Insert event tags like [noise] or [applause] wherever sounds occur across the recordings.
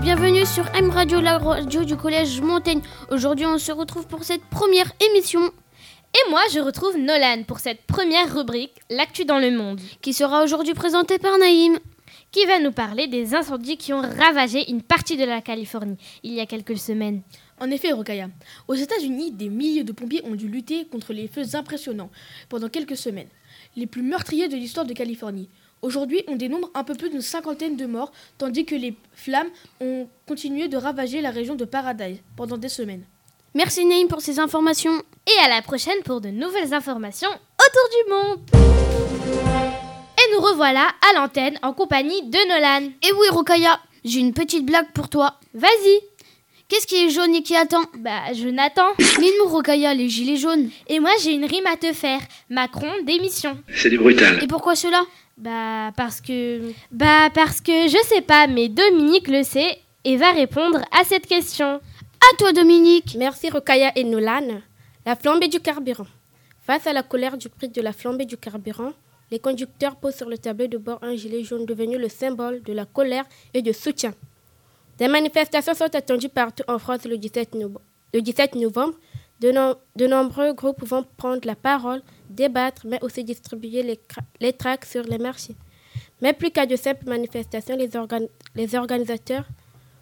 bienvenue sur M Radio, la radio du collège Montaigne. Aujourd'hui, on se retrouve pour cette première émission Et moi, je retrouve Nolan pour cette première rubrique, l'actu dans le monde, qui sera aujourd'hui présentée par Naïm. qui va nous parler des incendies qui ont ravagé une partie de la Californie il y a quelques semaines. En effet, Rokaya, aux États-Unis, des milliers de pompiers ont dû lutter contre les feux impressionnants pendant quelques semaines, les plus meurtriers de l'histoire de Californie. Aujourd'hui, on dénombre un peu plus d'une cinquantaine de morts, tandis que les flammes ont continué de ravager la région de Paradise pendant des semaines. Merci Naïm pour ces informations. Et à la prochaine pour de nouvelles informations autour du monde. Et nous revoilà à l'antenne en compagnie de Nolan. Et oui, Rokaya, j'ai une petite blague pour toi. Vas-y. Qu'est-ce qui est jaune et qui attend Bah, [coughs] je n'attends. Mais nous, Rokaya, les gilets jaunes. Et moi, j'ai une rime à te faire. Macron démission. C'est du brutal. Et pourquoi cela Bah, parce que. Bah, parce que je sais pas, mais Dominique le sait et va répondre à cette question. À toi, Dominique. Merci Rokaya et Nolan. La flambée du carburant. Face à la colère du prix de la flambée du carburant, les conducteurs posent sur le tableau de bord un gilet jaune devenu le symbole de la colère et du soutien. Des manifestations sont attendues partout en France le 17, no- le 17 novembre. De, nom- de nombreux groupes vont prendre la parole, débattre, mais aussi distribuer les, cra- les tracts sur les marchés. Mais plus qu'à de simples manifestations, les, organ- les organisateurs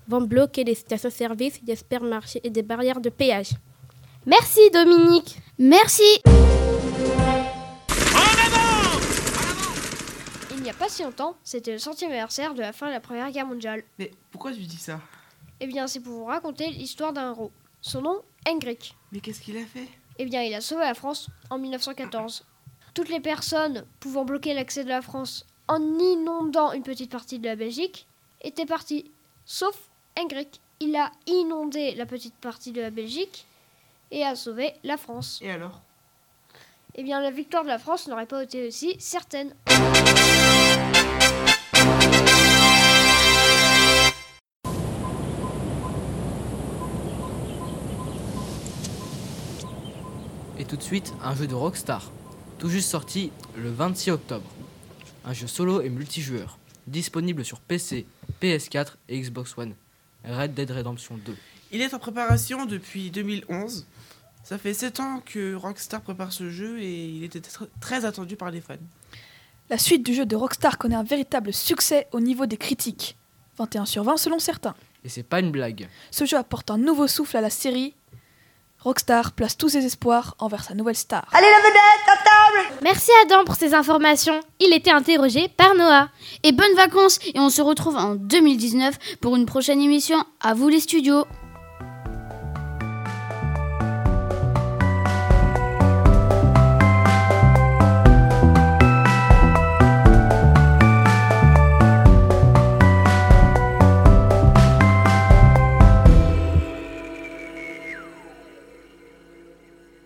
vont bloquer des stations-service, des supermarchés et des barrières de péage. Merci, Dominique. Merci. Il n'y a pas si longtemps, c'était le centième anniversaire de la fin de la Première Guerre mondiale. Mais pourquoi tu dis ça Eh bien, c'est pour vous raconter l'histoire d'un héros. Son nom, Heinrich. Mais qu'est-ce qu'il a fait Eh bien, il a sauvé la France en 1914. Toutes les personnes pouvant bloquer l'accès de la France en inondant une petite partie de la Belgique étaient parties, sauf Heinrich. Il a inondé la petite partie de la Belgique et a sauvé la France. Et alors Eh bien, la victoire de la France n'aurait pas été aussi certaine. Et tout de suite, un jeu de Rockstar, tout juste sorti le 26 octobre. Un jeu solo et multijoueur, disponible sur PC, PS4 et Xbox One. Red Dead Redemption 2. Il est en préparation depuis 2011. Ça fait 7 ans que Rockstar prépare ce jeu et il était tr- très attendu par les fans. La suite du jeu de Rockstar connaît un véritable succès au niveau des critiques. 21 sur 20 selon certains. Et c'est pas une blague. Ce jeu apporte un nouveau souffle à la série. Rockstar place tous ses espoirs envers sa nouvelle star. Merci Adam pour ces informations. Il était interrogé par Noah. Et bonnes vacances. Et on se retrouve en 2019 pour une prochaine émission. À vous, les studios.